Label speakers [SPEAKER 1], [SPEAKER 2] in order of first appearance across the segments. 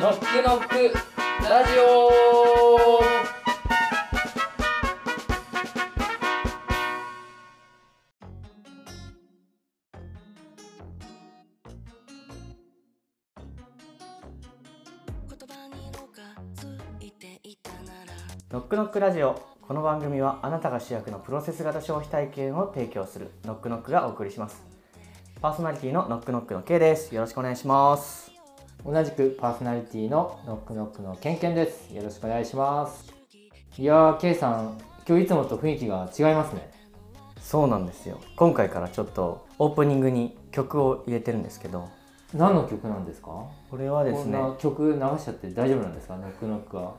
[SPEAKER 1] ノックノックラジオ
[SPEAKER 2] 言葉に色がついていたなら
[SPEAKER 3] ノックノックラジオこの番組はあなたが主役のプロセス型消費体験を提供するノックノックがお送りしますパーソナリティのノックノックの K ですよろしくお願いします
[SPEAKER 4] 同じくパーソナリティのノックノックのケンケンですよろしくお願いしますいやーケイさん今日いつもと雰囲気が違いますね
[SPEAKER 3] そうなんですよ今回からちょっとオープニングに曲を入れてるんですけど
[SPEAKER 4] 何の曲なんですか
[SPEAKER 3] これはですね
[SPEAKER 4] こんな曲流しちゃって大丈夫なんですかノックノックは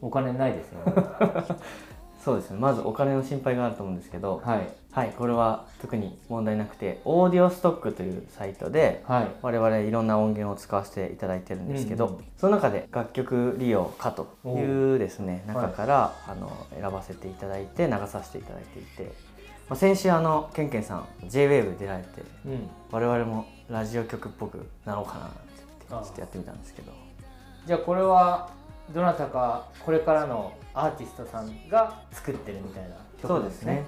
[SPEAKER 4] お金ないですよね
[SPEAKER 3] そうですねまずお金の心配があると思うんですけど
[SPEAKER 4] はい
[SPEAKER 3] はいこれは特に問題なくてオーディオストックというサイトで
[SPEAKER 4] はい
[SPEAKER 3] 我々いろんな音源を使わせていただいてるんですけど、
[SPEAKER 4] うんうん
[SPEAKER 3] その中で楽曲利用かというですね
[SPEAKER 4] お
[SPEAKER 3] 中から、あの選ばせていただいて流させていただいていて、まあ、先週あのケンケンさん JWAVE 出られて
[SPEAKER 4] うん
[SPEAKER 3] 我々もラジオ局っぽくなろうかなってちょっとやってみたんですけど
[SPEAKER 4] じゃあこれはどなたかこれからのアーティストさんが作ってるみたいな曲なんですね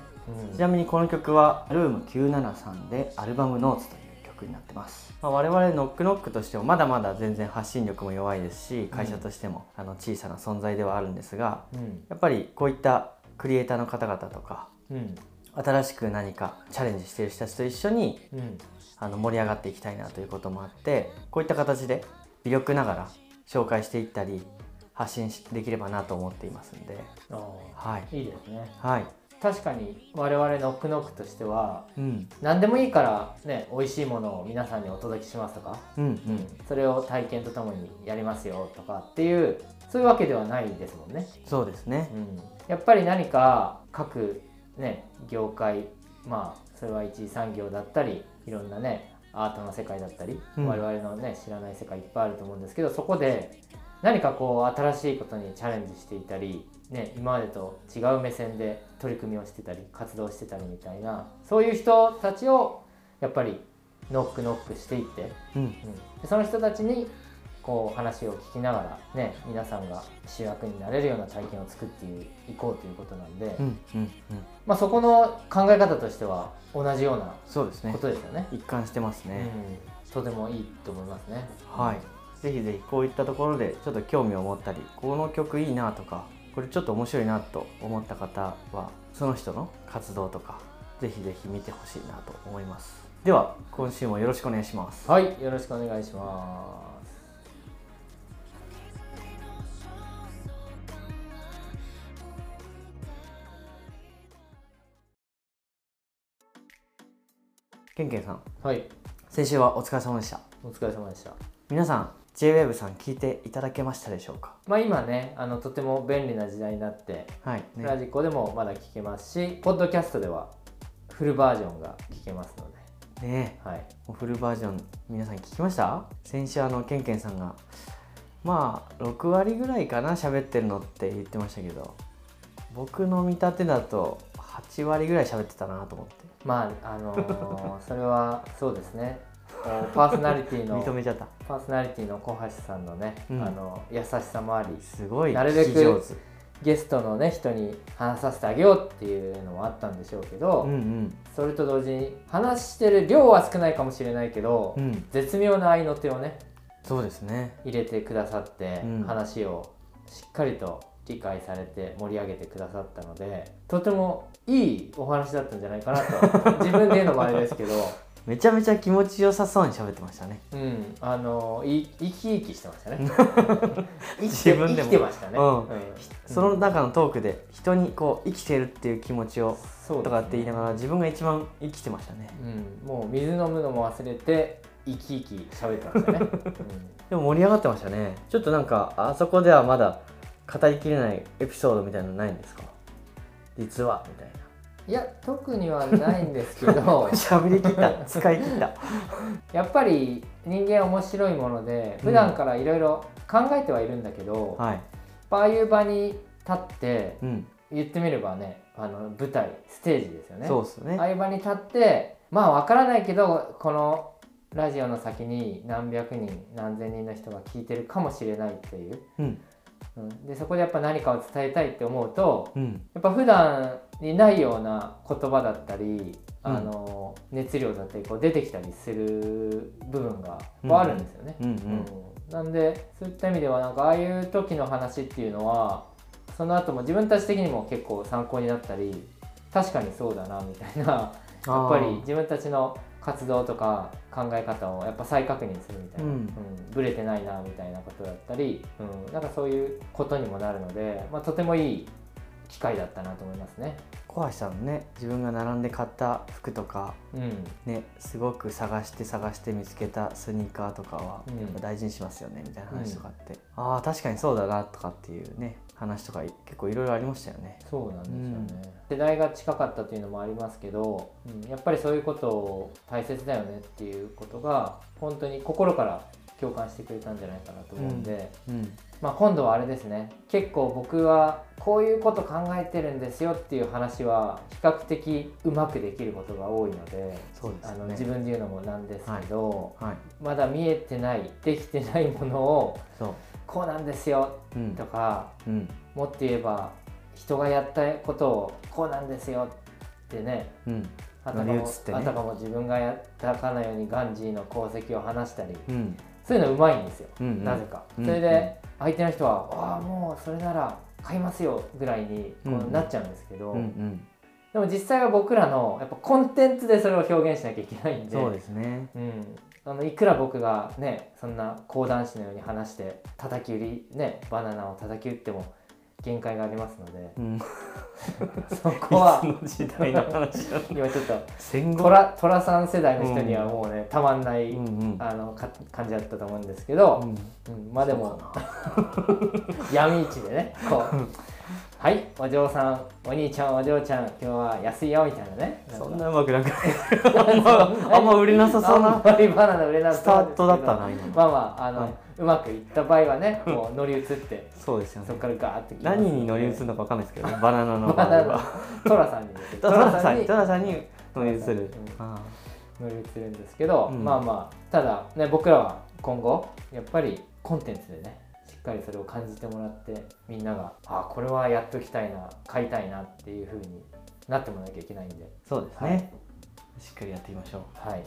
[SPEAKER 3] ちなみにこの曲は「ルーム973」でアルバム「ノーツという曲になってます、まあ、我々ノックノックとしてもまだまだ全然発信力も弱いですし会社としてもあの小さな存在ではあるんですが、
[SPEAKER 4] うん
[SPEAKER 3] やっぱりこういったクリエイターの方々とか
[SPEAKER 4] うん
[SPEAKER 3] 新しく何かチャレンジしている人たちと一緒に
[SPEAKER 4] うん
[SPEAKER 3] あの盛り上がっていきたいなということもあってこういった形で微力ながら紹介していったり発信しできればなと思っていますんで
[SPEAKER 4] あ
[SPEAKER 3] はい
[SPEAKER 4] ーいいですね
[SPEAKER 3] はい
[SPEAKER 4] 確かに我々ノックノックとしては
[SPEAKER 3] うん
[SPEAKER 4] 何でもいいからね美味しいものを皆さんにお届けしますとか、
[SPEAKER 3] うんうん
[SPEAKER 4] それを体験とともにやりますよとかっていうそういうわけではないですもんね、
[SPEAKER 3] そうですね
[SPEAKER 4] うん、やっぱり何か各ね業界まあそれは一次産業だったりいろんなねアートの世界だったり、
[SPEAKER 3] うん
[SPEAKER 4] 我々のね知らない世界いっぱいあると思うんですけどそこで何かこう新しいことにチャレンジしていたり、ね、今までと違う目線で取り組みをしてたり活動してたりみたいなそういう人たちをやっぱりノックノックしていって、
[SPEAKER 3] うん
[SPEAKER 4] でその人たちにこう話を聞きながら、ね、皆さんが主役になれるような体験を作っていこうということなんで、
[SPEAKER 3] うんうんうん
[SPEAKER 4] まあ、そこの考え方としては同じような
[SPEAKER 3] そうですね
[SPEAKER 4] ことですよね。
[SPEAKER 3] 一貫してますね、
[SPEAKER 4] うん、とてもいいと思いますね。
[SPEAKER 3] はい、ぜひぜひこういったところでちょっと興味を持ったりこの曲いいなとかこれちょっと面白いなと思った方はその人の活動とかぜひぜひ見てほしいなと思いますでは今週もよろしくお願いします
[SPEAKER 4] はい、よろしくお願いします。
[SPEAKER 3] けんけんさん
[SPEAKER 4] はい、
[SPEAKER 3] 先週はお疲れ様でした
[SPEAKER 4] お疲れ様でした。
[SPEAKER 3] 皆さん JWAVE さん聞いていただけましたでしょうか
[SPEAKER 4] まあ、今ね、あのとても便利な時代になって、
[SPEAKER 3] はい、
[SPEAKER 4] ラ
[SPEAKER 3] ね、
[SPEAKER 4] ジコでもまだ聞けますし、ポッドキャストではフルバージョンが聞けますので、
[SPEAKER 3] ね
[SPEAKER 4] はい、
[SPEAKER 3] もうフルバージョン皆さん聞きました先週あのけんけんさんがまあ6割ぐらいかな喋ってるのって言ってましたけど僕の見立てだと8割ぐらい喋ってたなと思って
[SPEAKER 4] まああ のーそれはそうですね。こうパーソナリティの
[SPEAKER 3] 認めちゃった
[SPEAKER 4] パーソナリティの小橋さんのね、
[SPEAKER 3] うん
[SPEAKER 4] あの優しさもあり、
[SPEAKER 3] すごい
[SPEAKER 4] なるべく
[SPEAKER 3] 聞き上手
[SPEAKER 4] ゲストのね人に話させてあげようっていうのもあったんでしょうけど、
[SPEAKER 3] うん
[SPEAKER 4] それと同時に話してる量は少ないかもしれないけど、
[SPEAKER 3] うんうん
[SPEAKER 4] 絶妙な合いの手をね
[SPEAKER 3] そうですね
[SPEAKER 4] 入れてくださって、
[SPEAKER 3] うん
[SPEAKER 4] 話をしっかりと理解されて盛り上げてくださったのでとてもいいお話だったんじゃないかなと自分で言うのもあれですけど、
[SPEAKER 3] めちゃめちゃ気持ちよさそうに喋ってましたね
[SPEAKER 4] うん、あのい生き生きしてましたね生きて
[SPEAKER 3] 自分で
[SPEAKER 4] 生
[SPEAKER 3] も
[SPEAKER 4] きてましたね、
[SPEAKER 3] うんその
[SPEAKER 4] うん
[SPEAKER 3] 中のトークで人にこう生きてるっていう気持ちを
[SPEAKER 4] そうですね
[SPEAKER 3] とかって言いながら自分が一番生きてましたね
[SPEAKER 4] うん、もう水飲むのも忘れて生き生き喋ってましたね、
[SPEAKER 3] でも盛り上がってましたねちょっとなんかあそこではまだ語りきれないエピソードみたいなのないんですか実はみたいな
[SPEAKER 4] うんいや特にはないんですけ ど
[SPEAKER 3] 喋りきった使い切った
[SPEAKER 4] やっぱり人間面白いもので
[SPEAKER 3] うん
[SPEAKER 4] 普段からいろいろ考えてはいるんだけど、やっ
[SPEAKER 3] はい
[SPEAKER 4] ぱああいう場に立って
[SPEAKER 3] うん、
[SPEAKER 4] 言ってみればねあの舞台ステージですよね
[SPEAKER 3] そうっすね
[SPEAKER 4] ああいう場に立ってまあわからないけどこのラジオの先に何百人何千人の人が聞いてるかもしれないっていう、
[SPEAKER 3] うん
[SPEAKER 4] うん、でそこでやっぱ何かを伝えたいって思うと
[SPEAKER 3] うん
[SPEAKER 4] やっぱ普段にないような言葉だったりあの、熱量だったりこう出てきたりする部分がこうあるんですよね。
[SPEAKER 3] うんう
[SPEAKER 4] うん
[SPEAKER 3] ん
[SPEAKER 4] なんでそういった意味ではなんかああいう時の話っていうのはその後も自分たち的にも結構参考になったり確かにそうだなみたいなやっぱり自分たちの活動とか考え方をやっぱ再確認するみたいな、
[SPEAKER 3] うん
[SPEAKER 4] うんブレてないなみたいなことだったり、うん、なんかそういうことにもなるので、まあ、とてもいい機会だったなと思いますね。
[SPEAKER 3] 小橋さんのね自分が並んで買った服とか
[SPEAKER 4] うん、
[SPEAKER 3] ねすごく探して探して見つけたスニーカーとかは
[SPEAKER 4] うん
[SPEAKER 3] やっぱ大事にしますよねみたいな話とかって、ああ確かにそうだなとかっていうね話とか結構いろいろありましたよね。
[SPEAKER 4] そうなんですよね、世代が近かったというのもありますけど、うん、やっぱりそういうことを大切だよねっていうことが本当に心から共感してくれたんじゃないかなと思うんで、
[SPEAKER 3] うん
[SPEAKER 4] まあ、今度はあれですね結構僕はこういうこと考えてるんですよっていう話は比較的うまくできることが多いので
[SPEAKER 3] そうです
[SPEAKER 4] あ
[SPEAKER 3] ね
[SPEAKER 4] の自分で言うのもなんですけど、
[SPEAKER 3] はい
[SPEAKER 4] まだ見えてないできてないものを
[SPEAKER 3] そ
[SPEAKER 4] こうなんですよ
[SPEAKER 3] ううん
[SPEAKER 4] とか
[SPEAKER 3] うん
[SPEAKER 4] もっと言えば人がやったことをこうなんですよってね
[SPEAKER 3] うん
[SPEAKER 4] あたか
[SPEAKER 3] 乗り移
[SPEAKER 4] も
[SPEAKER 3] ってね
[SPEAKER 4] あたかも自分がやったかのようにガンジーの功績を話したり
[SPEAKER 3] うん
[SPEAKER 4] そういうのうまいんですよ。
[SPEAKER 3] うんうん
[SPEAKER 4] なぜか、
[SPEAKER 3] うん
[SPEAKER 4] それで相手の人は「ああもうそれなら買いますよ」ぐらいにこ
[SPEAKER 3] うん
[SPEAKER 4] うなっちゃうんですけど、
[SPEAKER 3] うんうん
[SPEAKER 4] でも実際は僕らのやっぱコンテンツでそれを表現しなきゃいけないんで
[SPEAKER 3] そうですね。
[SPEAKER 4] うん、あのいくら僕がねそんな講談師のように話して叩き売りねバナナを叩き売っても限界がありますの で
[SPEAKER 3] うん、い
[SPEAKER 4] そ
[SPEAKER 3] つ
[SPEAKER 4] こは
[SPEAKER 3] の時代の話だ
[SPEAKER 4] 今ちょっと
[SPEAKER 3] 戦後
[SPEAKER 4] 寅寅さん世代の人にはもうね、たまんない、
[SPEAKER 3] うんうん
[SPEAKER 4] あのか感じだったと思うんですけど、
[SPEAKER 3] うん
[SPEAKER 4] うん、まあでも闇市でねこ う「はいお嬢さんお兄ちゃんお嬢ちゃん今日は安いよ」みたいなね
[SPEAKER 3] そん
[SPEAKER 4] か
[SPEAKER 3] なうまくなくないあんまあんま売れなさそう
[SPEAKER 4] あん
[SPEAKER 3] な
[SPEAKER 4] まりバナナ売れなさ
[SPEAKER 3] スタ
[SPEAKER 4] そうです
[SPEAKER 3] ー
[SPEAKER 4] けど
[SPEAKER 3] トだったな今の
[SPEAKER 4] まあまああの、
[SPEAKER 3] はいう
[SPEAKER 4] まくいった場合は ねこう乗り移って
[SPEAKER 3] そうですよね
[SPEAKER 4] そこからガーってきます
[SPEAKER 3] 何に乗り移るのかわかんないですけどねバナナの
[SPEAKER 4] バ
[SPEAKER 3] 場合
[SPEAKER 4] ナナ
[SPEAKER 3] は
[SPEAKER 4] トラさんにですよ
[SPEAKER 3] トラさんにト
[SPEAKER 4] ト
[SPEAKER 3] ラ
[SPEAKER 4] ラ
[SPEAKER 3] さ
[SPEAKER 4] さ
[SPEAKER 3] ん
[SPEAKER 4] ん
[SPEAKER 3] に
[SPEAKER 4] に
[SPEAKER 3] 乗り移る
[SPEAKER 4] う
[SPEAKER 3] あ
[SPEAKER 4] 乗り移るんですけど、
[SPEAKER 3] うん
[SPEAKER 4] まあまあただね僕らは今後やっぱりコンテンツでねしっかりそれを感じてもらってみんながあこれはやっときたいな買いたいなっていう風になってもらわなきゃいけないんで、
[SPEAKER 3] ーそうですねしっかりやっていきましょう
[SPEAKER 4] はい、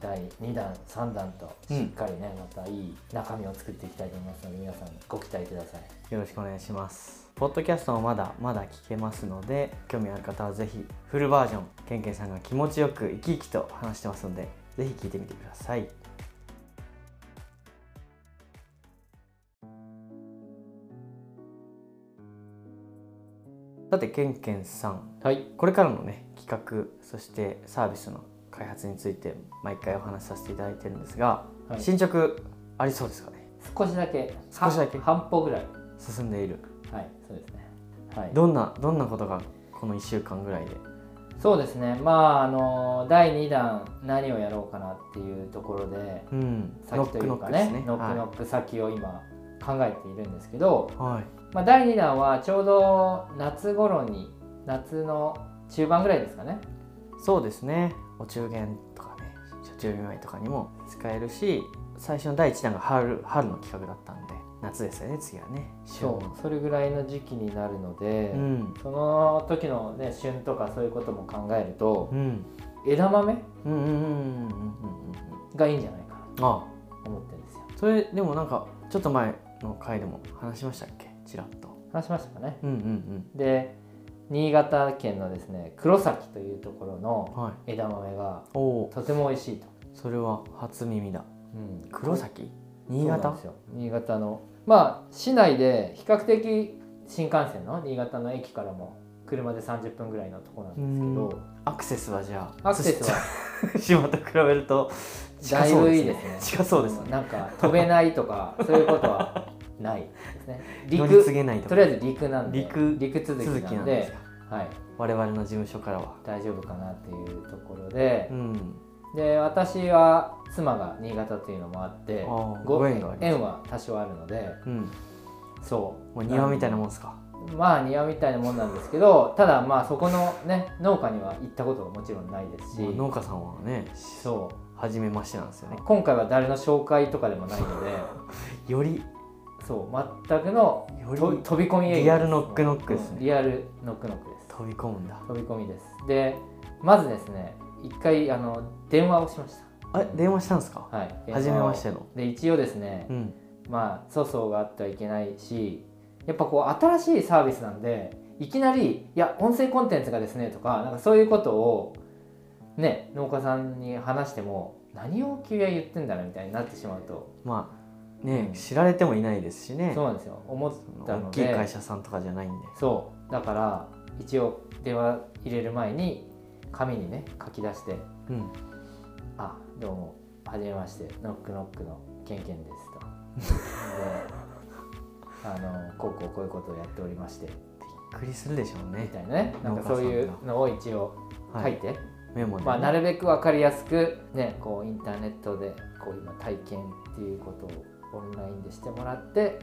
[SPEAKER 4] 第2弾3弾としっかりね、またいい中身を作っていきたいと思いますので皆さんご期待ください。
[SPEAKER 3] よろしくお願いします。ポッドキャストもまだまだ聞けますので、興味ある方はぜひフルバージョン、けんけんさんが気持ちよく生き生きと話してますので、ぜひ聞いてみてください。さて、けんけんさん、
[SPEAKER 4] はい、
[SPEAKER 3] これからのね、企画、そしてサービスの開発について毎回お話しさせていただいてるんですが、
[SPEAKER 4] はい
[SPEAKER 3] 進捗ありそうですかね
[SPEAKER 4] 少しだけ
[SPEAKER 3] 少しだけ
[SPEAKER 4] は半歩ぐらい
[SPEAKER 3] 進んでいる。
[SPEAKER 4] はいそうですねはい
[SPEAKER 3] どんなどんなことがこの1週間ぐらいで
[SPEAKER 4] そうですねまああの第2弾何をやろうかなっていうところで
[SPEAKER 3] うんノ
[SPEAKER 4] 先
[SPEAKER 3] ッ
[SPEAKER 4] と
[SPEAKER 3] ク
[SPEAKER 4] い
[SPEAKER 3] ノ
[SPEAKER 4] う
[SPEAKER 3] ッ
[SPEAKER 4] か
[SPEAKER 3] クです
[SPEAKER 4] ね
[SPEAKER 3] ね
[SPEAKER 4] ノックノック先を今考えているんですけど、
[SPEAKER 3] はい
[SPEAKER 4] まあ、第2弾はちょうど夏頃に夏の中盤ぐらいですかね
[SPEAKER 3] はいそうですねお中元とかね初中見舞いとかにも使えるし最初の第1弾が春春の企画だったんで夏ですよね次はね旬
[SPEAKER 4] そうそれぐらいの時期になるので、
[SPEAKER 3] うん
[SPEAKER 4] その時の、ね、旬とかそういうことも考えると
[SPEAKER 3] うん
[SPEAKER 4] 枝豆
[SPEAKER 3] うんうんうんうんうんうんうん
[SPEAKER 4] がいいんじゃないかな
[SPEAKER 3] あ
[SPEAKER 4] と思ってるんですよ
[SPEAKER 3] それでもなんかちょっと前の回でも話しましたっけちらっと
[SPEAKER 4] 話しましたかね
[SPEAKER 3] うんうん
[SPEAKER 4] で新潟県のですね黒崎というところ
[SPEAKER 3] うん
[SPEAKER 4] の
[SPEAKER 3] はい
[SPEAKER 4] 枝豆が
[SPEAKER 3] おお
[SPEAKER 4] とても美味しいと、
[SPEAKER 3] それは初耳だ
[SPEAKER 4] うん
[SPEAKER 3] 黒崎
[SPEAKER 4] そう
[SPEAKER 3] 新
[SPEAKER 4] なん
[SPEAKER 3] 潟
[SPEAKER 4] ですよ新潟のまあ市内で比較的新幹線の新潟の駅からも車で30分ぐらいのとこなんですけ
[SPEAKER 3] う
[SPEAKER 4] ど
[SPEAKER 3] アクセスはじゃあ
[SPEAKER 4] アクセスは
[SPEAKER 3] 島と比べると近
[SPEAKER 4] だい
[SPEAKER 3] そう
[SPEAKER 4] ぶ
[SPEAKER 3] で
[SPEAKER 4] い
[SPEAKER 3] す
[SPEAKER 4] い
[SPEAKER 3] ね
[SPEAKER 4] ですね
[SPEAKER 3] 近そうですね
[SPEAKER 4] なんか飛べないとかそういうことはないですね
[SPEAKER 3] 乗り継
[SPEAKER 4] 陸
[SPEAKER 3] げないと
[SPEAKER 4] とりあえず陸なんで
[SPEAKER 3] 陸
[SPEAKER 4] 陸続き
[SPEAKER 3] 続き
[SPEAKER 4] な
[SPEAKER 3] なん
[SPEAKER 4] ん
[SPEAKER 3] です
[SPEAKER 4] で
[SPEAKER 3] か
[SPEAKER 4] はい
[SPEAKER 3] 我々の事務所からは
[SPEAKER 4] 大丈夫かなっていうところで
[SPEAKER 3] う、ん
[SPEAKER 4] で私は妻が新潟というのもあって
[SPEAKER 3] あーご縁があります
[SPEAKER 4] 縁は多少あるので
[SPEAKER 3] うん
[SPEAKER 4] そう
[SPEAKER 3] もう庭みたいなもんですか
[SPEAKER 4] まあ庭みたいなもんなんですけどただまあそこのね農家には行ったことはもちろんないですし
[SPEAKER 3] もう農家さんはね
[SPEAKER 4] そ
[SPEAKER 3] 初めましてなんですよね
[SPEAKER 4] 今回は誰の紹介とかでもないので
[SPEAKER 3] より
[SPEAKER 4] そう全くの
[SPEAKER 3] より
[SPEAKER 4] と飛び込み営業
[SPEAKER 3] リアルノックノックです
[SPEAKER 4] う
[SPEAKER 3] ね
[SPEAKER 4] んリアルノックノックです
[SPEAKER 3] 飛び込むんだ
[SPEAKER 4] 飛び込みですでまずですね一回あの電話をしまし
[SPEAKER 3] え電話したんですか
[SPEAKER 4] たはい
[SPEAKER 3] 初めましての
[SPEAKER 4] で一応ですね、
[SPEAKER 3] うん
[SPEAKER 4] まあ粗相があってはいけないしやっぱこう新しいサービスなんでいきなり「いや音声コンテンツがですね」とかなんかそういうことをね農家さんに話しても何を君は言ってんだなみたいになってしまうと
[SPEAKER 3] まあね、
[SPEAKER 4] うん
[SPEAKER 3] 知られてもいないですしね
[SPEAKER 4] そうなんですよ思っ
[SPEAKER 3] その
[SPEAKER 4] たの
[SPEAKER 3] 大きい会
[SPEAKER 4] で
[SPEAKER 3] 社さんとかじゃないんで
[SPEAKER 4] そうだから一応電話入れる前に紙にね書き出して
[SPEAKER 3] うん
[SPEAKER 4] 「あどうもはじめましてノックノックのケンケンです」と。であのこうこうこういうことをやっておりまして
[SPEAKER 3] びっくりするでしょう
[SPEAKER 4] み
[SPEAKER 3] ね
[SPEAKER 4] たいなねなんかそういうのを一応書いて、
[SPEAKER 3] メモで、ね
[SPEAKER 4] まあ、なるべく分かりやすくねこうインターネットでこう今体験っていうことをオンラインでしてもらって、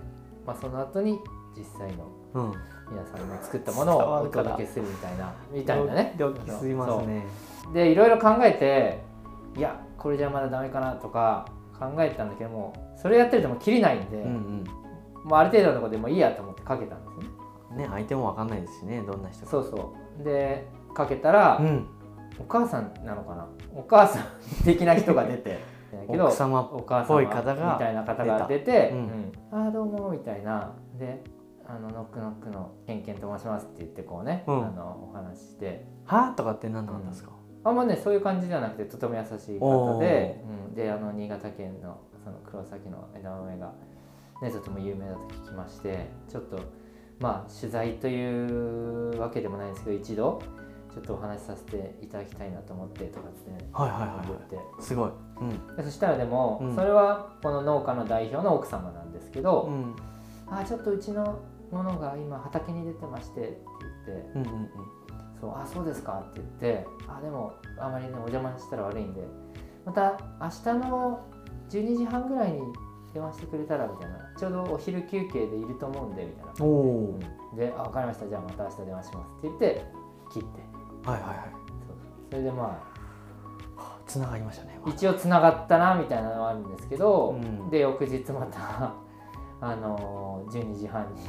[SPEAKER 4] まあ、その後に実際の
[SPEAKER 3] うん
[SPEAKER 4] 皆さんの作ったも のをお届けするみたいなみたいなね
[SPEAKER 3] ドキドキすいますね
[SPEAKER 4] そうでいろいろ考えていやこれじゃまだダメかなとか考えたんだけどもそれやってるともうきりないんで、
[SPEAKER 3] うん
[SPEAKER 4] もうある程度のところでもういいやと思ってかけたんですね
[SPEAKER 3] うんね相手もわかんないですしねどんな人か
[SPEAKER 4] そうそうでかけたら、
[SPEAKER 3] ん
[SPEAKER 4] お母さんなのかなお母さん的な人が出 てだけど
[SPEAKER 3] 奥様
[SPEAKER 4] お母様
[SPEAKER 3] ぽい方が
[SPEAKER 4] みたいな方が出て「
[SPEAKER 3] 出たうん
[SPEAKER 4] うんああどうも」みたいなで「あのノックノックのケンケンと申します」って言ってこうね、
[SPEAKER 3] うん
[SPEAKER 4] あのお話しして
[SPEAKER 3] はとかって何なんですか、
[SPEAKER 4] あんまねそういう感じじゃなくてとても優しい方で、うん、であの新潟県のその黒崎の枝豆が、ね、とても有名だと聞きましてちょっとまあ取材というわけでもないんですけど一度ちょっとお話しさせていただきたいなと思ってとかですね
[SPEAKER 3] はいはいはい
[SPEAKER 4] 言
[SPEAKER 3] は
[SPEAKER 4] って
[SPEAKER 3] いすごいうん
[SPEAKER 4] でそしたらでも、
[SPEAKER 3] うん
[SPEAKER 4] それはこの農家の代表の奥様なんですけど、
[SPEAKER 3] うん
[SPEAKER 4] あちょっとうちのものが今畑に出てましてって言って。
[SPEAKER 3] うんうん
[SPEAKER 4] そうあそうですかって言ってあでもあまりねお邪魔したら悪いんでまた明日の12時半ぐらいに電話してくれたらみたいなちょうどお昼休憩でいると思うんでみたいな
[SPEAKER 3] うんおお
[SPEAKER 4] うんで「あ分かりましたじゃあまた明日電話します」って言って切って
[SPEAKER 3] ーはいはいはい
[SPEAKER 4] そうそれでま
[SPEAKER 3] は繋がりましたね、
[SPEAKER 4] あ一応つながったなみたいなのはあるんですけど、
[SPEAKER 3] うん
[SPEAKER 4] で翌日また あのー12時半 に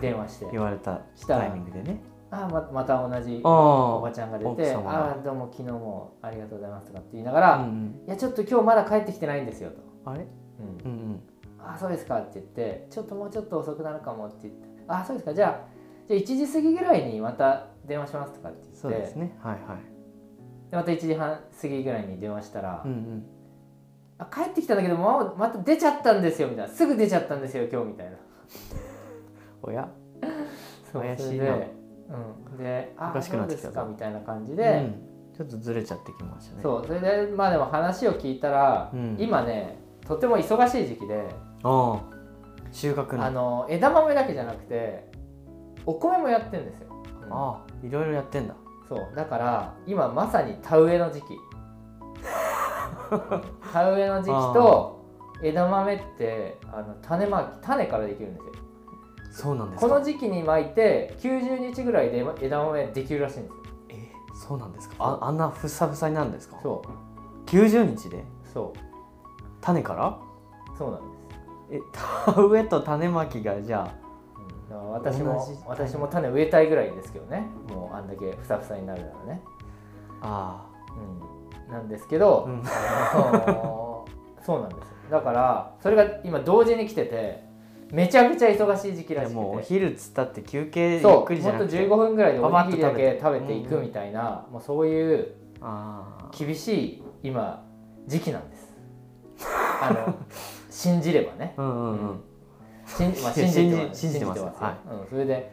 [SPEAKER 4] 電話して
[SPEAKER 3] 言われた
[SPEAKER 4] した
[SPEAKER 3] タイ
[SPEAKER 4] ら
[SPEAKER 3] ミングでね
[SPEAKER 4] 「あままた同じ
[SPEAKER 3] あ
[SPEAKER 4] おば
[SPEAKER 3] あ
[SPEAKER 4] ちゃんが出て「
[SPEAKER 3] 奥様が
[SPEAKER 4] ああどうも昨日もありがとうございます」とかって言いながら「
[SPEAKER 3] うんうん
[SPEAKER 4] いやちょっと今日まだ帰ってきてないんですよ」と
[SPEAKER 3] あれ
[SPEAKER 4] 「うん
[SPEAKER 3] うんうん
[SPEAKER 4] あそうですか」って言って「ちょっともうちょっと遅くなるかも」って言って「あそうですかじゃあじゃあ1時過ぎぐらいにまた電話します」とかって言って
[SPEAKER 3] そうですねはいはい
[SPEAKER 4] でまた1時半過ぎぐらいに電話したら「
[SPEAKER 3] うんうん
[SPEAKER 4] あ帰ってきたんだけどもうまた出ちゃったんですよ」みたいな「すぐ出ちゃったんですよ今日」みたいな。
[SPEAKER 3] おや
[SPEAKER 4] そう
[SPEAKER 3] 怪しいな
[SPEAKER 4] それでうん、で「あ
[SPEAKER 3] おかしくなってきた
[SPEAKER 4] そうで
[SPEAKER 3] ぞ
[SPEAKER 4] すか」みたいな感じで、
[SPEAKER 3] うん、ちょっとずれちゃってきましたね
[SPEAKER 4] そうそれでまあでも話を聞いたら、
[SPEAKER 3] うん
[SPEAKER 4] 今ねとても忙しい時期で、
[SPEAKER 3] ああ収穫の
[SPEAKER 4] あ
[SPEAKER 3] あ
[SPEAKER 4] の枝豆だけじゃなくてお米もやってんですよ、うん
[SPEAKER 3] あいろいろやってんだ
[SPEAKER 4] そうだから今まさに田植えの 時期田植えの時期と枝豆ってあの種まき種からできるんですよ
[SPEAKER 3] そうなんです
[SPEAKER 4] こ
[SPEAKER 3] か
[SPEAKER 4] の時期にまいて90日ぐらいで枝豆できるらしいんですよ
[SPEAKER 3] えそうなんですかああんなふさふさになるんですか
[SPEAKER 4] そう
[SPEAKER 3] 90日で
[SPEAKER 4] そ
[SPEAKER 3] 種から
[SPEAKER 4] うそうなんです、
[SPEAKER 3] え田植えと種まきがじゃあ
[SPEAKER 4] うん、だから私も
[SPEAKER 3] 同じ
[SPEAKER 4] 私も種植えたいぐらいですけどねもうあんだけふさふさになるならね
[SPEAKER 3] あ
[SPEAKER 4] うんなんですけど、
[SPEAKER 3] うん
[SPEAKER 4] あのーそうなんですよだからそれが今同時に来ててめちゃくちゃ忙しい時期ら
[SPEAKER 3] あで
[SPEAKER 4] しく
[SPEAKER 3] もうお
[SPEAKER 4] て
[SPEAKER 3] 昼つったって休憩ゆ
[SPEAKER 4] そう
[SPEAKER 3] っくりじゃな
[SPEAKER 4] もっ
[SPEAKER 3] く
[SPEAKER 4] と
[SPEAKER 3] て
[SPEAKER 4] 15分ぐらいで
[SPEAKER 3] パパ
[SPEAKER 4] お
[SPEAKER 3] ッ
[SPEAKER 4] に
[SPEAKER 3] と
[SPEAKER 4] ぎりだけ食べていくみたいな、もうそういう
[SPEAKER 3] ああ
[SPEAKER 4] 厳しい今時期なんです あの信じればね、
[SPEAKER 3] うんうんうん
[SPEAKER 4] 信じまあ、
[SPEAKER 3] いや
[SPEAKER 4] 信じては
[SPEAKER 3] 信じてます
[SPEAKER 4] 信じてますようん、それで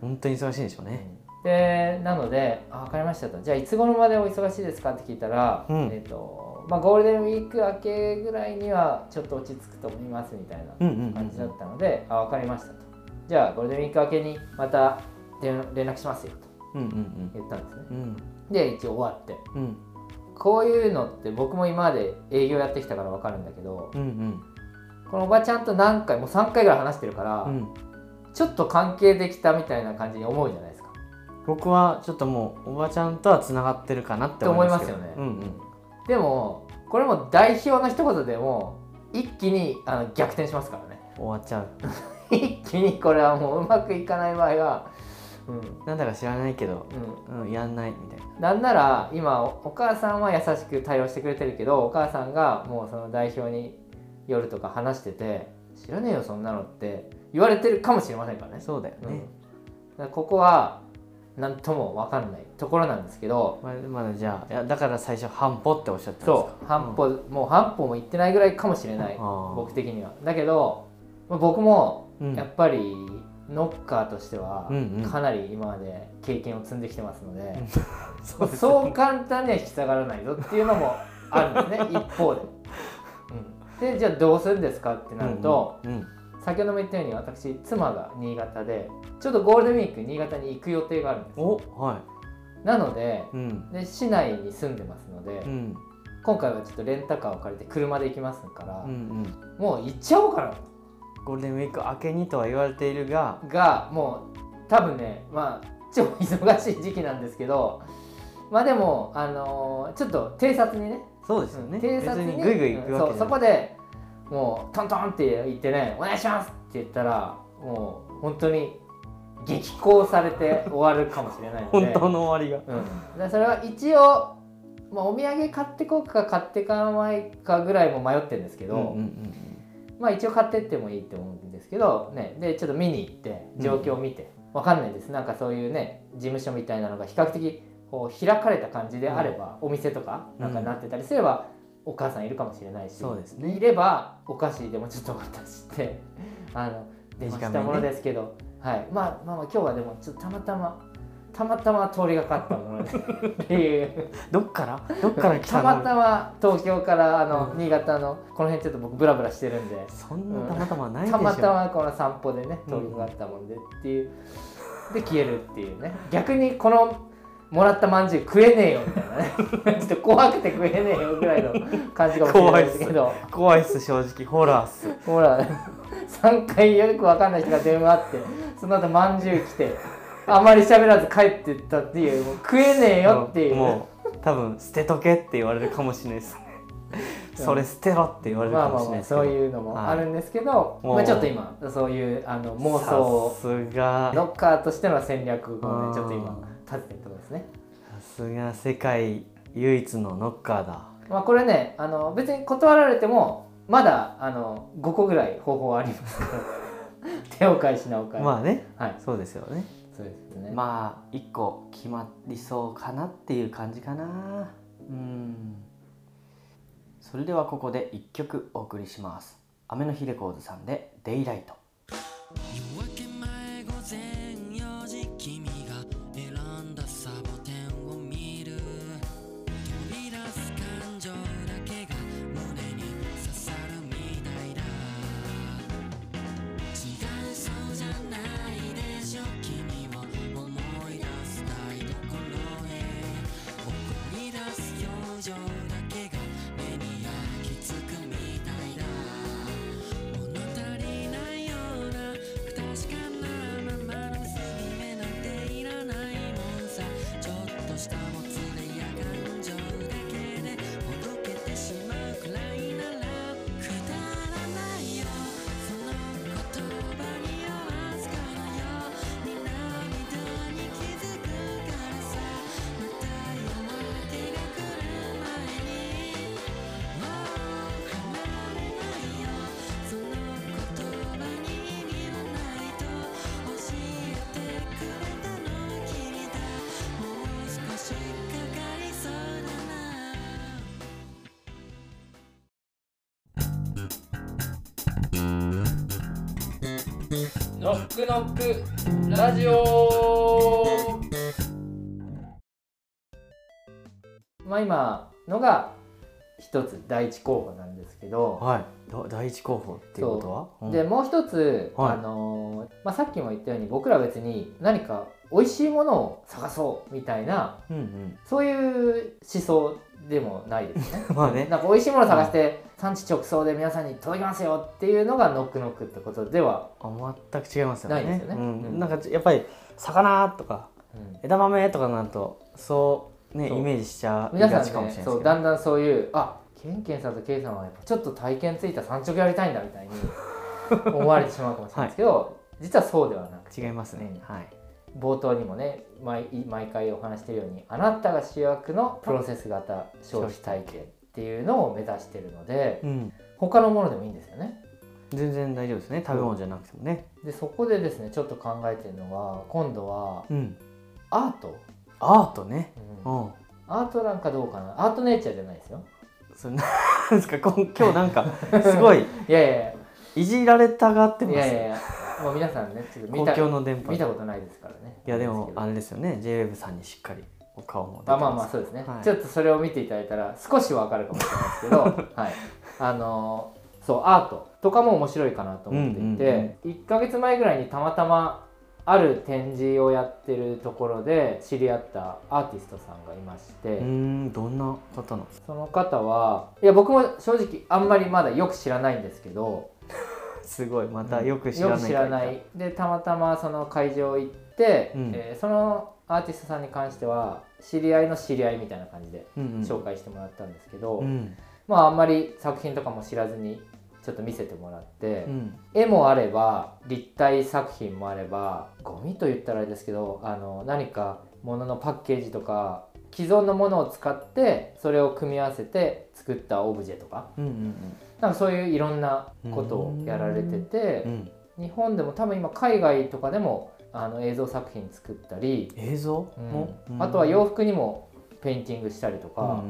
[SPEAKER 3] 本当に忙しいでしょうね
[SPEAKER 4] でなので「あ分かりました」と「じゃあいつ頃までお忙しいですか?」って聞いたら、
[SPEAKER 3] うん
[SPEAKER 4] えっとまあ、ゴールデンウィーク明けぐらいにはちょっと落ち着くと思いますみたい
[SPEAKER 3] うん
[SPEAKER 4] な
[SPEAKER 3] うんうんう
[SPEAKER 4] 感じだ
[SPEAKER 3] ん
[SPEAKER 4] ったので「あ分かりました」と「じゃあゴールデンウィーク明けにまた連連絡しますよ」と
[SPEAKER 3] うんうん
[SPEAKER 4] 言ったんですね
[SPEAKER 3] うんうん
[SPEAKER 4] で一応終わって
[SPEAKER 3] うん
[SPEAKER 4] こういうのって僕も今まで営業やってきたから分かるんだけど
[SPEAKER 3] うんうん
[SPEAKER 4] このおばちゃんと何回もう3回ぐらい話してるから、
[SPEAKER 3] うん
[SPEAKER 4] ちょっと関係できたみたいな感じに思うじゃないですか。
[SPEAKER 3] 僕はちょっともうおばちゃんとはつながってるかなって思いますけど
[SPEAKER 4] って思いますよね
[SPEAKER 3] うんうん
[SPEAKER 4] でもこれも代表の一言でもう一気にあの逆転しますからね
[SPEAKER 3] 終わっちゃう
[SPEAKER 4] 一気にこれはもううまくいかない場合はうんう
[SPEAKER 3] なんだか知らないけど、
[SPEAKER 4] ん
[SPEAKER 3] うん、やんないみたいな
[SPEAKER 4] なんなら今お母さんは優しく対応してくれてるけどお母さんがもうその代表に夜とか話してて「知らねえよそんなの」って言われてるかもしれませんからね。
[SPEAKER 3] そうだよ
[SPEAKER 4] うん
[SPEAKER 3] ね、
[SPEAKER 4] だからここは何とも分かんないところなんですけど
[SPEAKER 3] まだまだじゃあいやだから最初半歩っておっしゃったんです
[SPEAKER 4] そ
[SPEAKER 3] か
[SPEAKER 4] う半歩、もう半歩も行ってないぐらいかもしれない
[SPEAKER 3] あー
[SPEAKER 4] 僕的には。だけどまあ僕も
[SPEAKER 3] うん、うん
[SPEAKER 4] やっぱりノッカーとしては
[SPEAKER 3] うんうん
[SPEAKER 4] かなり今まで経験を積んできてますので。
[SPEAKER 3] そうです
[SPEAKER 4] そう簡単には引き下がらないぞっていうのもあるん ですね一方で。うん、でじゃあどうするんですかってなると、
[SPEAKER 3] うんうん
[SPEAKER 4] 先ほども言ったように私妻が新潟でちょっとゴールデンウィーク新潟に行く予定があるんです
[SPEAKER 3] おは
[SPEAKER 4] なので
[SPEAKER 3] いうん
[SPEAKER 4] で市内に住んでますので、
[SPEAKER 3] うん
[SPEAKER 4] 今回はちょっとレンタカーを借りて車で行きますから
[SPEAKER 3] うんう、ん
[SPEAKER 4] もう行っちゃおうか
[SPEAKER 3] ゴールデンウィーク明けにとは言われているが
[SPEAKER 4] ながもう多分ねまあ超忙しい時期なんですけどまあでもあのーちょっと偵察にね
[SPEAKER 3] そうですよね、
[SPEAKER 4] 偵察
[SPEAKER 3] 別
[SPEAKER 4] ね
[SPEAKER 3] にグイグイ行くわ
[SPEAKER 4] うん
[SPEAKER 3] けじ
[SPEAKER 4] そ
[SPEAKER 3] ゃ
[SPEAKER 4] うそ
[SPEAKER 3] ない、
[SPEAKER 4] こでもうトントンって言ってね「お願いします!」って言ったらもう本当に激高されて終わるかもしれないの
[SPEAKER 3] 本
[SPEAKER 4] で
[SPEAKER 3] 当の終わりが
[SPEAKER 4] うん、だからそれは一応、まあ、お土産買ってこうか買ってかないかぐらいも迷ってるんですけど、
[SPEAKER 3] うんうんうん
[SPEAKER 4] まあ一応買ってってもいいと思うんですけど、ね、でちょっと見に行って状況を見て、わかんないですなんかそういうね事務所みたいなのが比較的こう開かれた感じであれば、お店とかなんかなってたりすれば、お母さんいるかもしれないし
[SPEAKER 3] そうですね
[SPEAKER 4] いればお菓子でもちょっと渡して あの出ましたものですけど、はい、まあまあまあ今日はでもちょっとたまたまたまたま通りがかったものでっていう。
[SPEAKER 3] どっからどっから来た
[SPEAKER 4] た
[SPEAKER 3] の
[SPEAKER 4] またま東京からあの新潟のこの辺ちょっと僕ブラブラしてるんで
[SPEAKER 3] そんなたまたまないでしょ、
[SPEAKER 4] たまたまこの散歩でね通りがかったもんでっていうで消えるっていうね逆にこのもらったまんじゅう食えねえよみたいなね ちょっと怖くて食えねえよぐらいの感じかもしれないですけど
[SPEAKER 3] 怖いっす正直ホラーっす
[SPEAKER 4] ほら3回よく分かんない人が電話あってその後まんじゅう来てあまり喋らず帰ってったっていうもう食えねえよっていう、
[SPEAKER 3] もう多分捨てとけって言われるかもしれないですそれ捨てろって言われる
[SPEAKER 4] ま
[SPEAKER 3] か
[SPEAKER 4] あ
[SPEAKER 3] も
[SPEAKER 4] まあ
[SPEAKER 3] し
[SPEAKER 4] まあ
[SPEAKER 3] れないです
[SPEAKER 4] そう
[SPEAKER 3] けど、
[SPEAKER 4] いうのもあるんですけど、
[SPEAKER 3] はい
[SPEAKER 4] まあ、ちょっと今そういうあの妄想を
[SPEAKER 3] さすが
[SPEAKER 4] ロッカーとしての戦略を
[SPEAKER 3] あー
[SPEAKER 4] ねちょっと今立ててるところですね。
[SPEAKER 3] さすが世界唯一のノッカーだ
[SPEAKER 4] まあ、これねあの別に断られてもまだあの5個ぐらい方法はあります から手を返しなお返し、
[SPEAKER 3] まあね
[SPEAKER 4] はい
[SPEAKER 3] そうですよね
[SPEAKER 4] そうですね、
[SPEAKER 3] まあ一個決まりそうかなっていう感じかなうんそれではここで一曲お送りします雨の日レコーズさんで「デイライト
[SPEAKER 2] 夜明け前午前4時君が選んだサボテンを見る飛び出す感情だけが胸に刺さるみたいだ違うそうじゃないでしょ君を思い出したいところへ怒り出す表情だけが目に焼き付くみたいだ物足りないような不確かなままの結び目なんていらないもんさちょっとしたもつれや感情だけでほどけてしまうくらいならくだらないよその言葉に合わすからよに涙に気づくからさまた夜明けが来る前にもう離れないよその言葉に意味はないと教えてくれたのは君だもう少しかかりそうだな
[SPEAKER 1] ノックノックラジオ
[SPEAKER 4] まあ、今のが一つ第一候補なんですけ」ど、
[SPEAKER 3] はいだ第一候補っていうことはうん
[SPEAKER 4] でもう一つ、
[SPEAKER 3] はい
[SPEAKER 4] あのーまあ、さっきも言ったように僕ら別に何か美味しいものを探そうみたいな
[SPEAKER 3] うんうん
[SPEAKER 4] そういう思想でもないです ね
[SPEAKER 3] まあね
[SPEAKER 4] なんか美味しいものを探して産地直送で皆さんに届きますよっていうのがノックノックってことでは、
[SPEAKER 3] あ全く違いますよね
[SPEAKER 4] ないですよね
[SPEAKER 3] うん
[SPEAKER 4] うん
[SPEAKER 3] なんかやっぱり魚とか
[SPEAKER 4] うん
[SPEAKER 3] 枝豆とかになるとそうね
[SPEAKER 4] そう
[SPEAKER 3] イメージしちゃい
[SPEAKER 4] 皆
[SPEAKER 3] が
[SPEAKER 4] さ
[SPEAKER 3] ちかもしれない
[SPEAKER 4] んね
[SPEAKER 3] ですけ
[SPEAKER 4] そう
[SPEAKER 3] ど
[SPEAKER 4] だんだんそういうあケンケンさんとケイさんはやっぱちょっと体験ついた産直やりたいんだみたいに思われてしまうかもしれないですけど、 実はそうではなくて
[SPEAKER 3] 違いますね、
[SPEAKER 4] うん
[SPEAKER 3] はい
[SPEAKER 4] 冒頭にもね毎毎回お話してるようにあなたが主役のプロセス型消費体験っていうのを目指してるので
[SPEAKER 3] うん、
[SPEAKER 4] 他のものでもいいんですよね。
[SPEAKER 3] 全然大丈夫ですね食べ物じゃなくてもね
[SPEAKER 4] でそこでですねちょっと考えてるのは今度は
[SPEAKER 3] うん
[SPEAKER 4] アート、
[SPEAKER 3] アートね
[SPEAKER 4] うん
[SPEAKER 3] うん
[SPEAKER 4] アートなんかどうかなアートネイチャーじゃないですよ。
[SPEAKER 3] それ なんですかこん 今日なんかすごい
[SPEAKER 4] いやいやいや
[SPEAKER 3] いじられたがってま
[SPEAKER 4] い
[SPEAKER 3] す
[SPEAKER 4] やいやいやもう皆さんねちょっと見
[SPEAKER 3] 公
[SPEAKER 4] た
[SPEAKER 3] 共の電波
[SPEAKER 4] 見たことないですからね。
[SPEAKER 3] いやで
[SPEAKER 4] な
[SPEAKER 3] も
[SPEAKER 4] んすけど
[SPEAKER 3] あれですよね JWEB さんにしっかりお顔も出て
[SPEAKER 4] あまあまあ
[SPEAKER 3] す
[SPEAKER 4] そうですね、
[SPEAKER 3] はい
[SPEAKER 4] ちょっとそれを見ていただいたら少しはわかるかもしれないですけ ど、はい、あのーそうアートとかも面白いかなと思っていて、1ヶ月前ぐらいにたまたまある展示をやってるところで知り合ったアーティストさんがいまして、
[SPEAKER 3] うーんどんな方なんです
[SPEAKER 4] その方はいや僕も正直あんまりまだよく知らないんですけど
[SPEAKER 3] かすごいまたよく知
[SPEAKER 4] よ
[SPEAKER 3] らない
[SPEAKER 4] く知らな
[SPEAKER 3] 方
[SPEAKER 4] いでたまたまその会場行って、
[SPEAKER 3] うん
[SPEAKER 4] えーそのアーティストさんに関しては知り合いの知り合いみたいな感じで
[SPEAKER 3] うんうん
[SPEAKER 4] 紹介してもらったんですけど、
[SPEAKER 3] うん
[SPEAKER 4] まああんまり作品とかも知らずにちょっと見せてもらって、
[SPEAKER 3] うん
[SPEAKER 4] 絵もあれば立体作品もあればゴミと言ったらあれですけどあの何か物のパッケージとか既存のものを使ってそれを組み合わせて作ったオブジェとか
[SPEAKER 3] うんうん
[SPEAKER 4] なんかそういういろんなことをやられてて
[SPEAKER 3] うんうん
[SPEAKER 4] 日本でも多分今海外とかでもあの映像作品作ったり、
[SPEAKER 3] 映像
[SPEAKER 4] うん
[SPEAKER 3] もうん
[SPEAKER 4] あとは洋服にもペインティングしたりと
[SPEAKER 3] うん
[SPEAKER 4] か、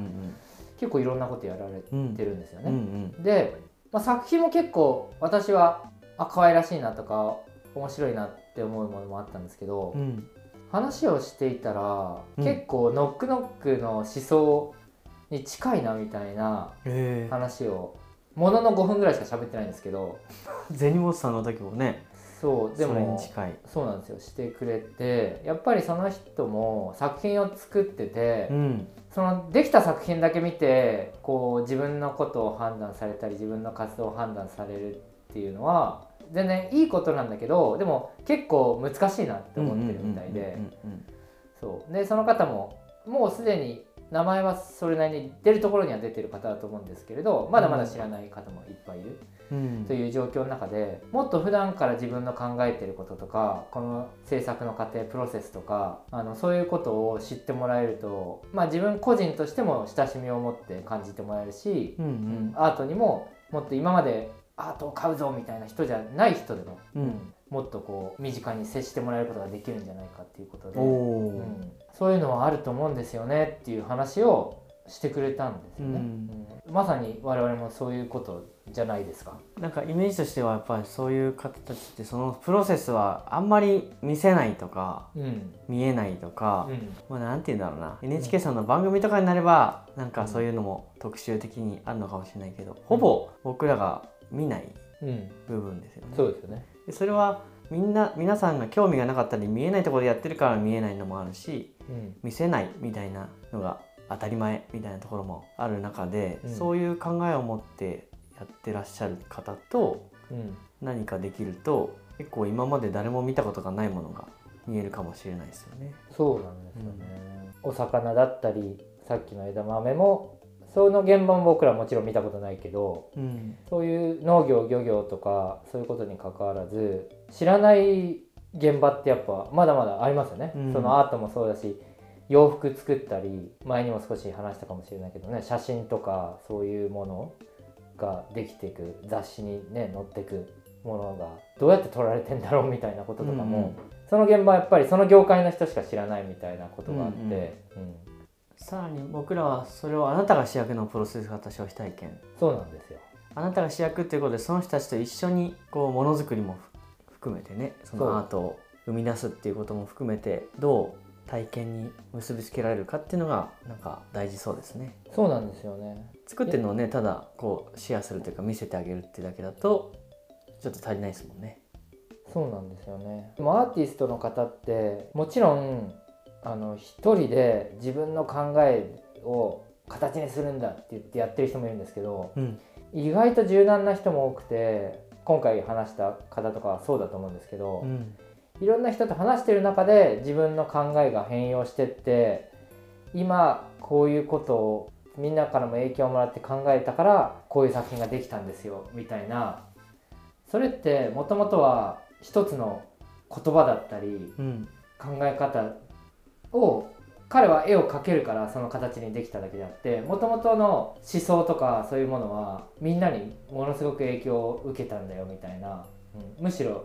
[SPEAKER 4] 結構いろんなことやられ
[SPEAKER 3] うんうん
[SPEAKER 4] てるんですよね。
[SPEAKER 3] うんうん
[SPEAKER 4] で、まあ、作品も結構私はあ可愛らしいなとか面白いなって思うものもあったんですけど、
[SPEAKER 3] うん
[SPEAKER 4] 話をしていたら、
[SPEAKER 3] うん
[SPEAKER 4] 結構ノックノックの思想に近いなみたいな
[SPEAKER 3] ええ
[SPEAKER 4] 話をものの5分ぐらいしか喋ってないんですけど
[SPEAKER 3] 銭本さんの時もね
[SPEAKER 4] そうで
[SPEAKER 3] それに
[SPEAKER 4] も
[SPEAKER 3] 近い
[SPEAKER 4] そうなんですよしてくれてやっぱりその人も作品を作ってて、
[SPEAKER 3] うん
[SPEAKER 4] そのできた作品だけ見てこう自分のことを判断されたり自分の活動を判断されるっていうのは全然いいことなんだけどでも結構難しいなって思ってるみたいで
[SPEAKER 3] うんうんうんうん
[SPEAKER 4] そうでその方ももうすでに名前はそれなりに出るところには出てる方だと思うんですけれどまだまだ知らない方もいっぱいいる
[SPEAKER 3] うん
[SPEAKER 4] という状況の中でもっと普段から自分の考えてることとかこの制作の過程プロセスとかあのそういうことを知ってもらえると、まあ、自分個人としても親しみを持って感じてもらえるし、
[SPEAKER 3] うんう
[SPEAKER 4] うん
[SPEAKER 3] ん
[SPEAKER 4] アートにももっと今までアートを買うぞみたいな人じゃない人でも、
[SPEAKER 3] うん
[SPEAKER 4] もっとこう身近に接してもらえることができるんじゃないかっていうことで、
[SPEAKER 3] お
[SPEAKER 4] う
[SPEAKER 3] お
[SPEAKER 4] んそういうのはあると思うんですよねっていう話をしてくれたんですよね。
[SPEAKER 3] うん
[SPEAKER 4] うんまさに我々もそういうことじゃないですか。
[SPEAKER 3] なんかイメージとしてはやっぱりそういう方たちってそのプロセスはあんまり見せないとか
[SPEAKER 4] うん
[SPEAKER 3] 見えないとか、
[SPEAKER 4] うん
[SPEAKER 3] まあなんて言うんだろうな NHK さんの番組とかになればなんかそういうのも特集的にあるのかもしれないけどほぼ僕らが見ない
[SPEAKER 4] うん、
[SPEAKER 3] 部分ですよね。
[SPEAKER 4] そうですよね。
[SPEAKER 3] でそれはみんな皆さんが興味がなかったり見えないところでやってるから見えないのもあるし
[SPEAKER 4] うん、
[SPEAKER 3] 見せないみたいなのが当たり前みたいなところもある中で、
[SPEAKER 4] うん
[SPEAKER 3] そういう考えを持ってやってらっしゃる方と
[SPEAKER 4] うん、
[SPEAKER 3] 何かできると結構今まで誰も見たことがないものが見えるかもしれないですよね。
[SPEAKER 4] そうなんですよね。お魚だったり、さっきの枝豆も。その現場も僕らもちろん見たことないけど
[SPEAKER 3] うん、
[SPEAKER 4] そういう農業漁業とかそういうことに関わらず知らない現場ってやっぱまだまだありますよね、
[SPEAKER 3] うん
[SPEAKER 4] そのアートもそうだし洋服作ったり前にも少し話したかもしれないけどね写真とかそういうものができていく雑誌にね載ってくものがどうやって撮られてんだろうみたいなこととかも、
[SPEAKER 3] うんうん
[SPEAKER 4] その現場はやっぱりその業界の人しか知らないみたいなことがあって、うん
[SPEAKER 3] さらに僕らはそれをあなたが主役のプロセス型消費体験
[SPEAKER 4] そうなんですよ。
[SPEAKER 3] あなたが主役っていうことでその人たちと一緒にこうものづくりも含めてねそ
[SPEAKER 4] そう
[SPEAKER 3] のアートを生み出すっていうことも含めてどう体験に結びつけられるかっていうのがなんか大事そうですね。
[SPEAKER 4] そうなんですよね。
[SPEAKER 3] 作ってるのをねただこうシェアするというか見せてあげるってだけだとちょっと足りないですもんね。
[SPEAKER 4] そうなんですよねでもアーティストの方ってもちろんあの一人で自分の考えを形にするんだって言ってやってる人もいるんですけど
[SPEAKER 3] うん、
[SPEAKER 4] 意外と柔軟な人も多くて今回話した方とかはそうだと思うんですけど、
[SPEAKER 3] うん、
[SPEAKER 4] いろんな人と話してる中で自分の考えが変容してって今こういうことをみんなからも影響をもらって考えたからこういう作品ができたんですよみたいなそれってもともとは一つの言葉だったり
[SPEAKER 3] うん
[SPEAKER 4] 考え方を彼は絵を描けるからその形にできただけであってもともとの思想とかそういうものはみんなにものすごく影響を受けたんだよみたいな、うんむしろ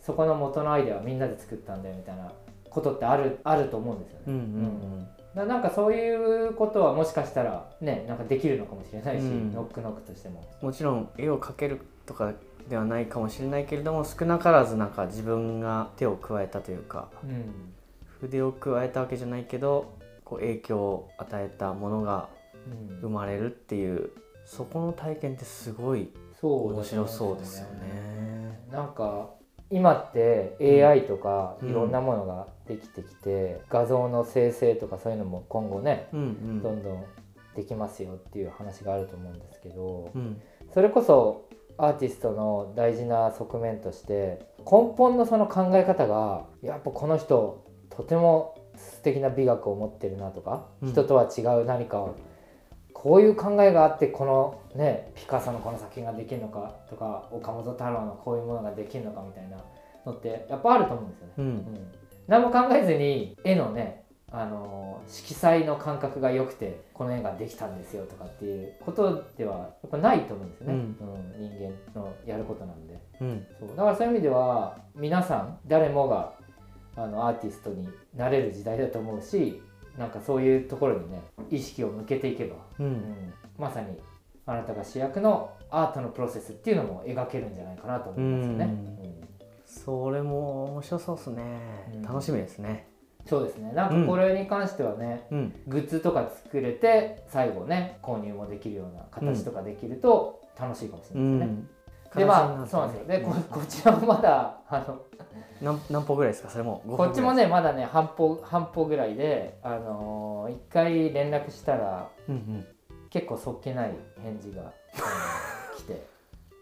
[SPEAKER 4] そこの元のアイデアはみんなで作ったんだよみたいなことってあるあると思うんですよね。
[SPEAKER 3] うんうん
[SPEAKER 4] ななんかそういうことはもしかしたらねなんかできるのかもしれないし、
[SPEAKER 3] うん
[SPEAKER 4] ノックノックとしても。
[SPEAKER 3] もちろん絵を描けるとかではないかもしれないけれども少なからずなんか自分が手を加えたというか
[SPEAKER 4] うん
[SPEAKER 3] 筆を加えたわけじゃないけどこう影響を与えたものが
[SPEAKER 4] うん
[SPEAKER 3] 生まれるっていうそこの体験ってすごい
[SPEAKER 4] そうだと思ん
[SPEAKER 3] 面白そうですよね。
[SPEAKER 4] なんか今って AI とか
[SPEAKER 3] うん
[SPEAKER 4] いろんなものができてきて、画像の生成とかそういうのも今後ね
[SPEAKER 3] うんう
[SPEAKER 4] ど
[SPEAKER 3] ん
[SPEAKER 4] んどんできますよっていう話があると思うんですけど
[SPEAKER 3] うん
[SPEAKER 4] それこそアーティストの大事な側面として根本のその考え方がやっぱこの人とても素敵な美学を持ってるなとか、
[SPEAKER 3] うん
[SPEAKER 4] 人とは違う何かをこういう考えがあってこのねピカソのこの作品ができるのかとか岡本太郎のこういうものができるのかみたいなのってやっぱあると思うんですよね。
[SPEAKER 3] う
[SPEAKER 4] うんん、何も考えずに絵のねあのー色彩の感覚が良くてこの絵ができたんですよとかっていうことではやっぱないと思うんですよね、
[SPEAKER 3] う
[SPEAKER 4] うんん人間のやることなんで
[SPEAKER 3] うん
[SPEAKER 4] そうだからそういう意味では皆さん誰もがあのアーティストになれる時代だと思うしなんかそういうところにね意識を向けていけば、
[SPEAKER 3] う
[SPEAKER 4] うんん、まさにあなたが主役のアートのプロセスっていうのも描けるんじゃないかなと思いますよね。
[SPEAKER 3] う
[SPEAKER 4] うん
[SPEAKER 3] それも面白そうですね
[SPEAKER 4] うん
[SPEAKER 3] 楽しみですね
[SPEAKER 4] そうですねなんかこれに関してはね、
[SPEAKER 3] うん
[SPEAKER 4] グッズとか作れて最後ね購入もできるような形とかできると楽しいかもし
[SPEAKER 3] う
[SPEAKER 4] れないですね。
[SPEAKER 3] ん
[SPEAKER 4] でまあそうなんですよでここちらもまだあの
[SPEAKER 3] 何何歩ぐらいですかそれも
[SPEAKER 4] こっちも
[SPEAKER 3] ね
[SPEAKER 4] ねまだね半歩半歩ぐらいであのー一回連絡したら
[SPEAKER 3] うんうん
[SPEAKER 4] 結構そっけない返事があの来 て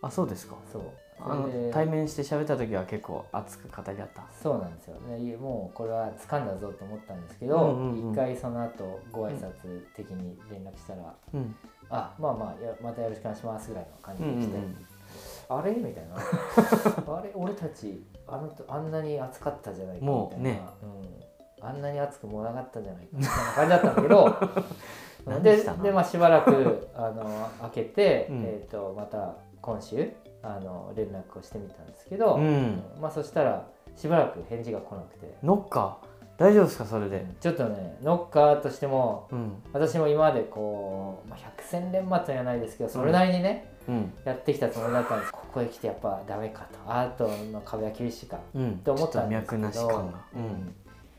[SPEAKER 3] あそうですか
[SPEAKER 4] そうそ
[SPEAKER 3] あ
[SPEAKER 4] れ
[SPEAKER 3] の
[SPEAKER 4] で
[SPEAKER 3] 対面して喋った時は結構熱く語り合った
[SPEAKER 4] そうなんですよねいやもうこれは掴んだぞと思ったんですけ
[SPEAKER 3] う
[SPEAKER 4] ど
[SPEAKER 3] んうんうん
[SPEAKER 4] 一回その後ご挨拶的に連絡したら
[SPEAKER 3] うん
[SPEAKER 4] あまあまあやまたよろしくお願いしますぐらいの感
[SPEAKER 3] う
[SPEAKER 4] じ
[SPEAKER 3] ん
[SPEAKER 4] で
[SPEAKER 3] う
[SPEAKER 4] 来て、
[SPEAKER 3] ん
[SPEAKER 4] あれみたいな あれ俺たちあのとあんなに熱かったじゃないかみたいな
[SPEAKER 3] もうね
[SPEAKER 4] うん、あんなに熱くもなかったじゃないかみたいな感じだったんだけど
[SPEAKER 3] 何
[SPEAKER 4] で
[SPEAKER 3] したの
[SPEAKER 4] で、まあ、しばらくあの開けて、
[SPEAKER 3] うん
[SPEAKER 4] えー、とまた今週あの連絡をしてみたんですけど、
[SPEAKER 3] うん
[SPEAKER 4] うんまあ、そしたらしばらく返事が来なくて、
[SPEAKER 3] ノッカー大丈夫ですかそれで
[SPEAKER 4] ちょっとねノッカーとしても
[SPEAKER 3] うん
[SPEAKER 4] 私も今までこう、まあ、百戦錬磨とはないですけどそれなりにね、
[SPEAKER 3] うん
[SPEAKER 4] やってきたつもりだったんですここへ来てやっぱダメかとアートの壁は厳しいか
[SPEAKER 3] うん
[SPEAKER 4] と思ったんですけ
[SPEAKER 3] 脈
[SPEAKER 4] ど
[SPEAKER 3] なし感がう
[SPEAKER 4] うんん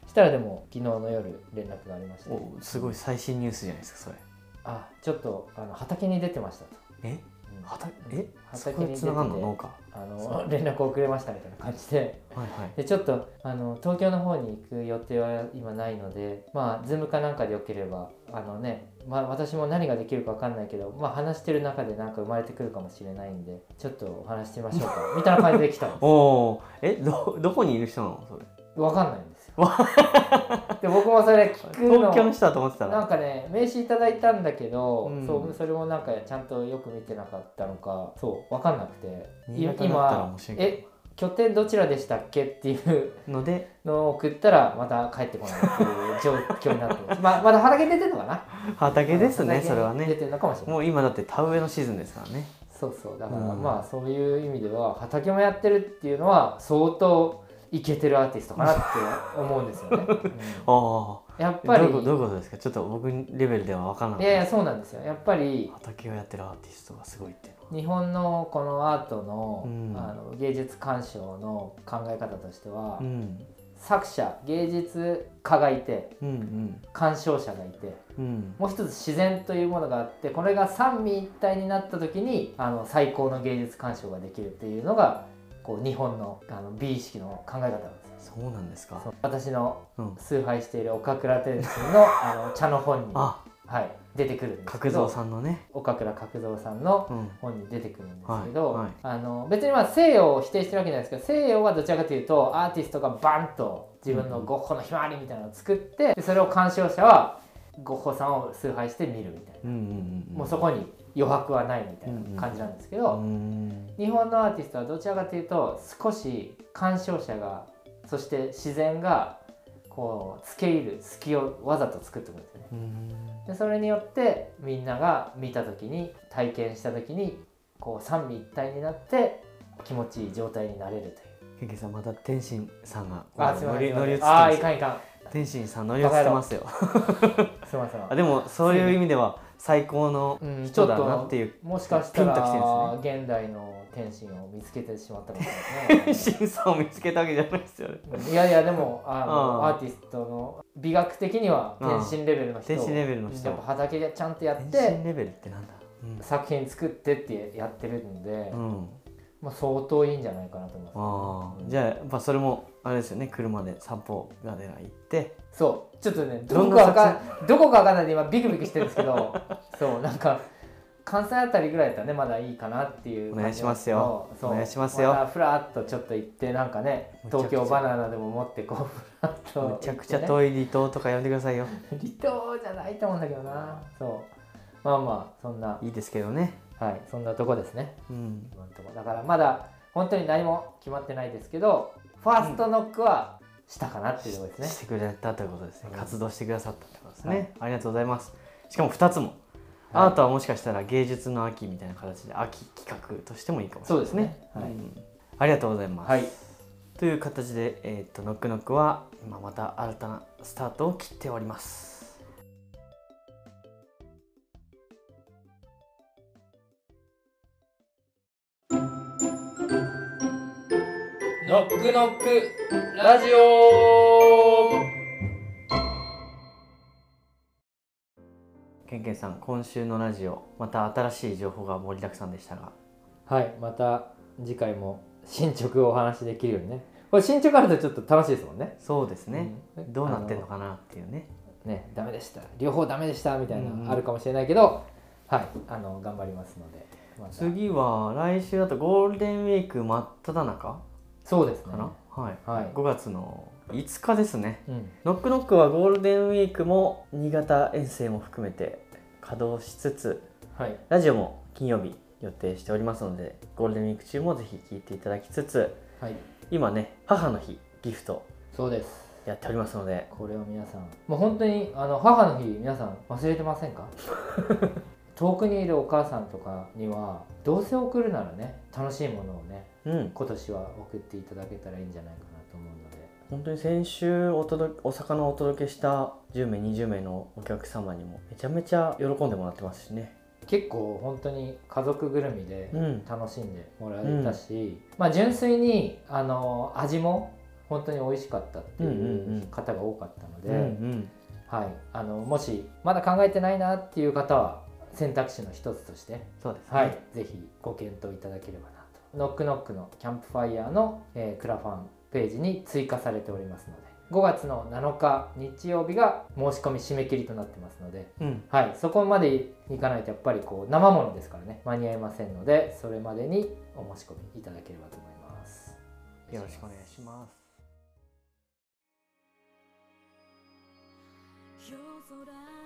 [SPEAKER 4] したらでも昨日の夜連絡がありまして
[SPEAKER 3] おすごい最新ニュースじゃないですかそれ
[SPEAKER 4] あちょっとあの畑に出てましたと、
[SPEAKER 3] え
[SPEAKER 4] うん
[SPEAKER 3] 畑えそ
[SPEAKER 4] 畑
[SPEAKER 3] こ
[SPEAKER 4] に
[SPEAKER 3] に
[SPEAKER 4] 出て
[SPEAKER 3] 繋
[SPEAKER 4] て
[SPEAKER 3] がんの農家
[SPEAKER 4] あ
[SPEAKER 3] そ
[SPEAKER 4] の連絡遅れましたみたいな感じで
[SPEAKER 3] はいはい
[SPEAKER 4] でちょっとあの東京の方に行く予定は今ないのでまあズームかなんかでよければあのね、まあ、私も何ができるか分かんないけど、まあ、話してる中で何か生まれてくるかもしれないんでちょっとお話ししてみまし ょうかみたいな感じで来たの
[SPEAKER 3] おおえど どこにいる人なのそれ
[SPEAKER 4] わかんないんですよ。で僕もそれ聞くの
[SPEAKER 3] 東京の人だと思ってた
[SPEAKER 4] なん
[SPEAKER 3] ら
[SPEAKER 4] かね名刺いただいたんだけど、
[SPEAKER 3] うん
[SPEAKER 4] そうそれもなんかちゃんとよく見てなかったのかそうわかんなくてい
[SPEAKER 3] 新潟だったら面白いけ
[SPEAKER 4] え拠点どちらでしたっけっていう
[SPEAKER 3] どので
[SPEAKER 4] のを送ったらまた帰ってこないっていう状況になって ます、まあ、まだ畑出てるのかな
[SPEAKER 3] 畑ですね
[SPEAKER 4] 畑
[SPEAKER 3] それは
[SPEAKER 4] 出
[SPEAKER 3] ね
[SPEAKER 4] てるのかもしれない
[SPEAKER 3] もう今だって田植えのシーズンですからね
[SPEAKER 4] そうそうだから、
[SPEAKER 3] うん
[SPEAKER 4] まあそういう意味では畑もやってるっていうのは相当イケてるアーティストかなって思うんですよ ね、
[SPEAKER 3] ああ
[SPEAKER 4] うんやっ
[SPEAKER 3] どう
[SPEAKER 4] ぱり
[SPEAKER 3] いうことどういうことですかちょっと僕レベルでは分からない
[SPEAKER 4] やいやそうなんですよやっぱり
[SPEAKER 3] 畑をやってるアーティストがすごいっていうのは
[SPEAKER 4] 日本のこのアートの,、
[SPEAKER 3] うん
[SPEAKER 4] あの芸術鑑賞の考え方としては、
[SPEAKER 3] うん
[SPEAKER 4] 作者芸術家がいて
[SPEAKER 3] うん
[SPEAKER 4] 鑑賞者がいて
[SPEAKER 3] うんうん
[SPEAKER 4] もう一つ自然というものがあってこれが三位一体になった時にあの最高の芸術鑑賞ができるっていうのがこう日本のあの美意識の考え方なんです
[SPEAKER 3] そうなんですか
[SPEAKER 4] そう私の
[SPEAKER 3] うん
[SPEAKER 4] 崇拝している岡倉天心 のあの茶の本に、は
[SPEAKER 3] あ
[SPEAKER 4] い、出てくるんですけ
[SPEAKER 3] 角蔵
[SPEAKER 4] ど
[SPEAKER 3] さんのね
[SPEAKER 4] 岡倉角蔵さんの
[SPEAKER 3] うん
[SPEAKER 4] 本に出てくるんですけど、
[SPEAKER 3] はいはい
[SPEAKER 4] あの別にまあ西洋を否定してるわけじゃないですけど西洋はどちらかというとアーティストがバンと自分のゴッホのひまわりみたいなのを作ってでそれを鑑賞者はゴッホさんを崇拝して見るみたいな、
[SPEAKER 3] うんうんうん
[SPEAKER 4] もうそこに余白はないみたいな感じなんですけど、
[SPEAKER 3] うん
[SPEAKER 4] 日本のアーティストはどちらかというと少し鑑賞者がそして自然がこうつけ入る隙をわざと作ってくるんですよね
[SPEAKER 3] うん
[SPEAKER 4] でそれによってみんなが見た時に体験した時にこう三位一体になって気持ちいい状態になれるという
[SPEAKER 3] ケンケンさんまた天心さんが
[SPEAKER 4] あすいま
[SPEAKER 3] 乗
[SPEAKER 4] せん
[SPEAKER 3] り
[SPEAKER 4] すいま
[SPEAKER 3] 乗り
[SPEAKER 4] せ
[SPEAKER 3] 移って
[SPEAKER 4] んあ
[SPEAKER 3] ま
[SPEAKER 4] ーい
[SPEAKER 3] す
[SPEAKER 4] かんいかん
[SPEAKER 3] 天心さん乗り移ってますよ
[SPEAKER 4] すいません
[SPEAKER 3] あでもそういう意味では最高の
[SPEAKER 4] うん
[SPEAKER 3] 人だなっていう
[SPEAKER 4] もしかした
[SPEAKER 3] ピンときてる
[SPEAKER 4] ら、現代の天心を見つけてしまったかもしれない
[SPEAKER 3] 天
[SPEAKER 4] ですね
[SPEAKER 3] 心さんを見つけたわけじゃないですよね
[SPEAKER 4] うんいやいやでもあの
[SPEAKER 3] ああ
[SPEAKER 4] アーティストの美学的には天心レベルの人を
[SPEAKER 3] 天心レベルの人
[SPEAKER 4] やっぱ畑でちゃんとやっ
[SPEAKER 3] 天
[SPEAKER 4] て
[SPEAKER 3] 心レベルってなんだうん
[SPEAKER 4] 作品作ってってやってるんで、
[SPEAKER 3] うん、
[SPEAKER 4] まあ、相当いいんじゃないかなと思います、
[SPEAKER 3] あ
[SPEAKER 4] う
[SPEAKER 3] あ
[SPEAKER 4] ん
[SPEAKER 3] じゃあやっぱそれもあれですよね車で散歩がでら行って
[SPEAKER 4] そうちょっとね
[SPEAKER 3] ど
[SPEAKER 4] ど
[SPEAKER 3] ん
[SPEAKER 4] こ
[SPEAKER 3] な
[SPEAKER 4] かわ
[SPEAKER 3] 作
[SPEAKER 4] かどこかわかんないんで今ビクビクしてるんですけど そうなんか関西あたりぐらいだったらねまだいいかなっていう感じなんけど
[SPEAKER 3] お願いしますよ
[SPEAKER 4] そう
[SPEAKER 3] お願いしますよ
[SPEAKER 4] またふらっとちょっと行ってなんかね
[SPEAKER 3] むちゃくちゃ
[SPEAKER 4] 東京バナナでも持ってこうふらっと行ってね、
[SPEAKER 3] むちゃくちゃ遠い離島とか呼んでくださいよ
[SPEAKER 4] 離島じゃないと思うんだけどなそうまあまあそんない
[SPEAKER 3] いですけどね
[SPEAKER 4] はいそんなとこですね
[SPEAKER 3] うん
[SPEAKER 4] 今のとこだからまだ本当に何も決まってないですけどファーストノックはしたかなっていうところです
[SPEAKER 3] し
[SPEAKER 4] ね、
[SPEAKER 3] てくれたということですね
[SPEAKER 4] うん
[SPEAKER 3] 活動してくださったってことですね、
[SPEAKER 4] は
[SPEAKER 3] ありがとうございますしかも2つも、
[SPEAKER 4] はい
[SPEAKER 3] アートはもしかしたら芸術の秋みたいな形で秋企画としてもいいかもしれ
[SPEAKER 4] そう
[SPEAKER 3] ない
[SPEAKER 4] ですねはい、
[SPEAKER 3] うんありがとうございます、
[SPEAKER 4] はい
[SPEAKER 3] という形で、えー、とノックノックは今また新たなスタートを切っております
[SPEAKER 1] ノックノックラジオ
[SPEAKER 3] けんけんさん今週のラジオまた新しい情報が盛りだくさんでしたが
[SPEAKER 4] はい、また次回も進捗をお話しできるようにねこれ進捗あるとちょっと楽しいですもんね
[SPEAKER 3] そうですね、
[SPEAKER 4] うん
[SPEAKER 3] どうなってんのかなっていうね
[SPEAKER 4] あのねダメでした両方ダメでしたみたいな、
[SPEAKER 3] うんうん
[SPEAKER 4] あるかもしれないけどはいあの頑張りますので、また
[SPEAKER 3] 次は来週だとゴールデンウィーク真っ只中か
[SPEAKER 4] そうですね
[SPEAKER 3] な、はい、
[SPEAKER 4] はい
[SPEAKER 3] 5月の5日ですね
[SPEAKER 4] うん、
[SPEAKER 3] ノックノックはゴールデンウィークも新潟遠征も含めて稼働しつつ
[SPEAKER 4] はい
[SPEAKER 3] ラジオも金曜日予定しておりますのでゴールデンウィーク中もぜひ聞いていただきつつ
[SPEAKER 4] はい
[SPEAKER 3] 今ね母の日ギフト
[SPEAKER 4] そうです
[SPEAKER 3] やっておりますので
[SPEAKER 4] これを皆さんもう本当にあの母の日皆さん忘れてませ んか遠くにいるお母さんとかにはどうせ送るならね楽しいものをね
[SPEAKER 3] うん
[SPEAKER 4] 今年は送っていただけたらいいんじゃないかなと思うので
[SPEAKER 3] 本当に先週お届けお魚をお届けした10名20名のお客様にもめちゃめちゃ喜んでもらってますしね
[SPEAKER 4] 結構本当に家族ぐるみで
[SPEAKER 3] うん
[SPEAKER 4] 楽しんでもらえたし、まあ純粋にあの味も本当に美味しかったってい
[SPEAKER 3] んうんうん
[SPEAKER 4] う方が多かったので、
[SPEAKER 3] うんうん
[SPEAKER 4] はい、あのもしまだ考えてないなっていう方は選択肢の一つとして
[SPEAKER 3] そうですね、
[SPEAKER 4] はい、ぜひご検討いただければなと。ノックノックのキャンプファイヤーの、えークラファンページに追加されておりますので、5月の7日日曜日が申し込み締め切りとなってますので、
[SPEAKER 3] うん
[SPEAKER 4] はい、そこまでいかないとやっぱりこう生ものですからね間に合いませんので、それまでにお申し込みいただければと思います。
[SPEAKER 3] よろしくお願いします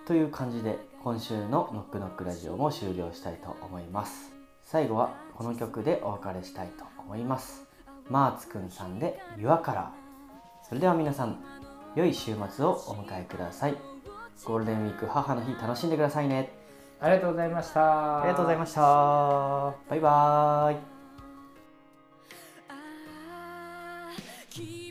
[SPEAKER 3] という感じで今週の「ノックノックラジオ」も終了したいと思います最後はこの曲でお別れしたいと思いますマーツくんさんで「岩から」それでは皆さん良い週末をお迎えくださいゴールデンウィーク母の日楽しんでくださいね
[SPEAKER 4] ありがとうございました。
[SPEAKER 3] ありがとうございましたバイバーイ
[SPEAKER 2] ああ消え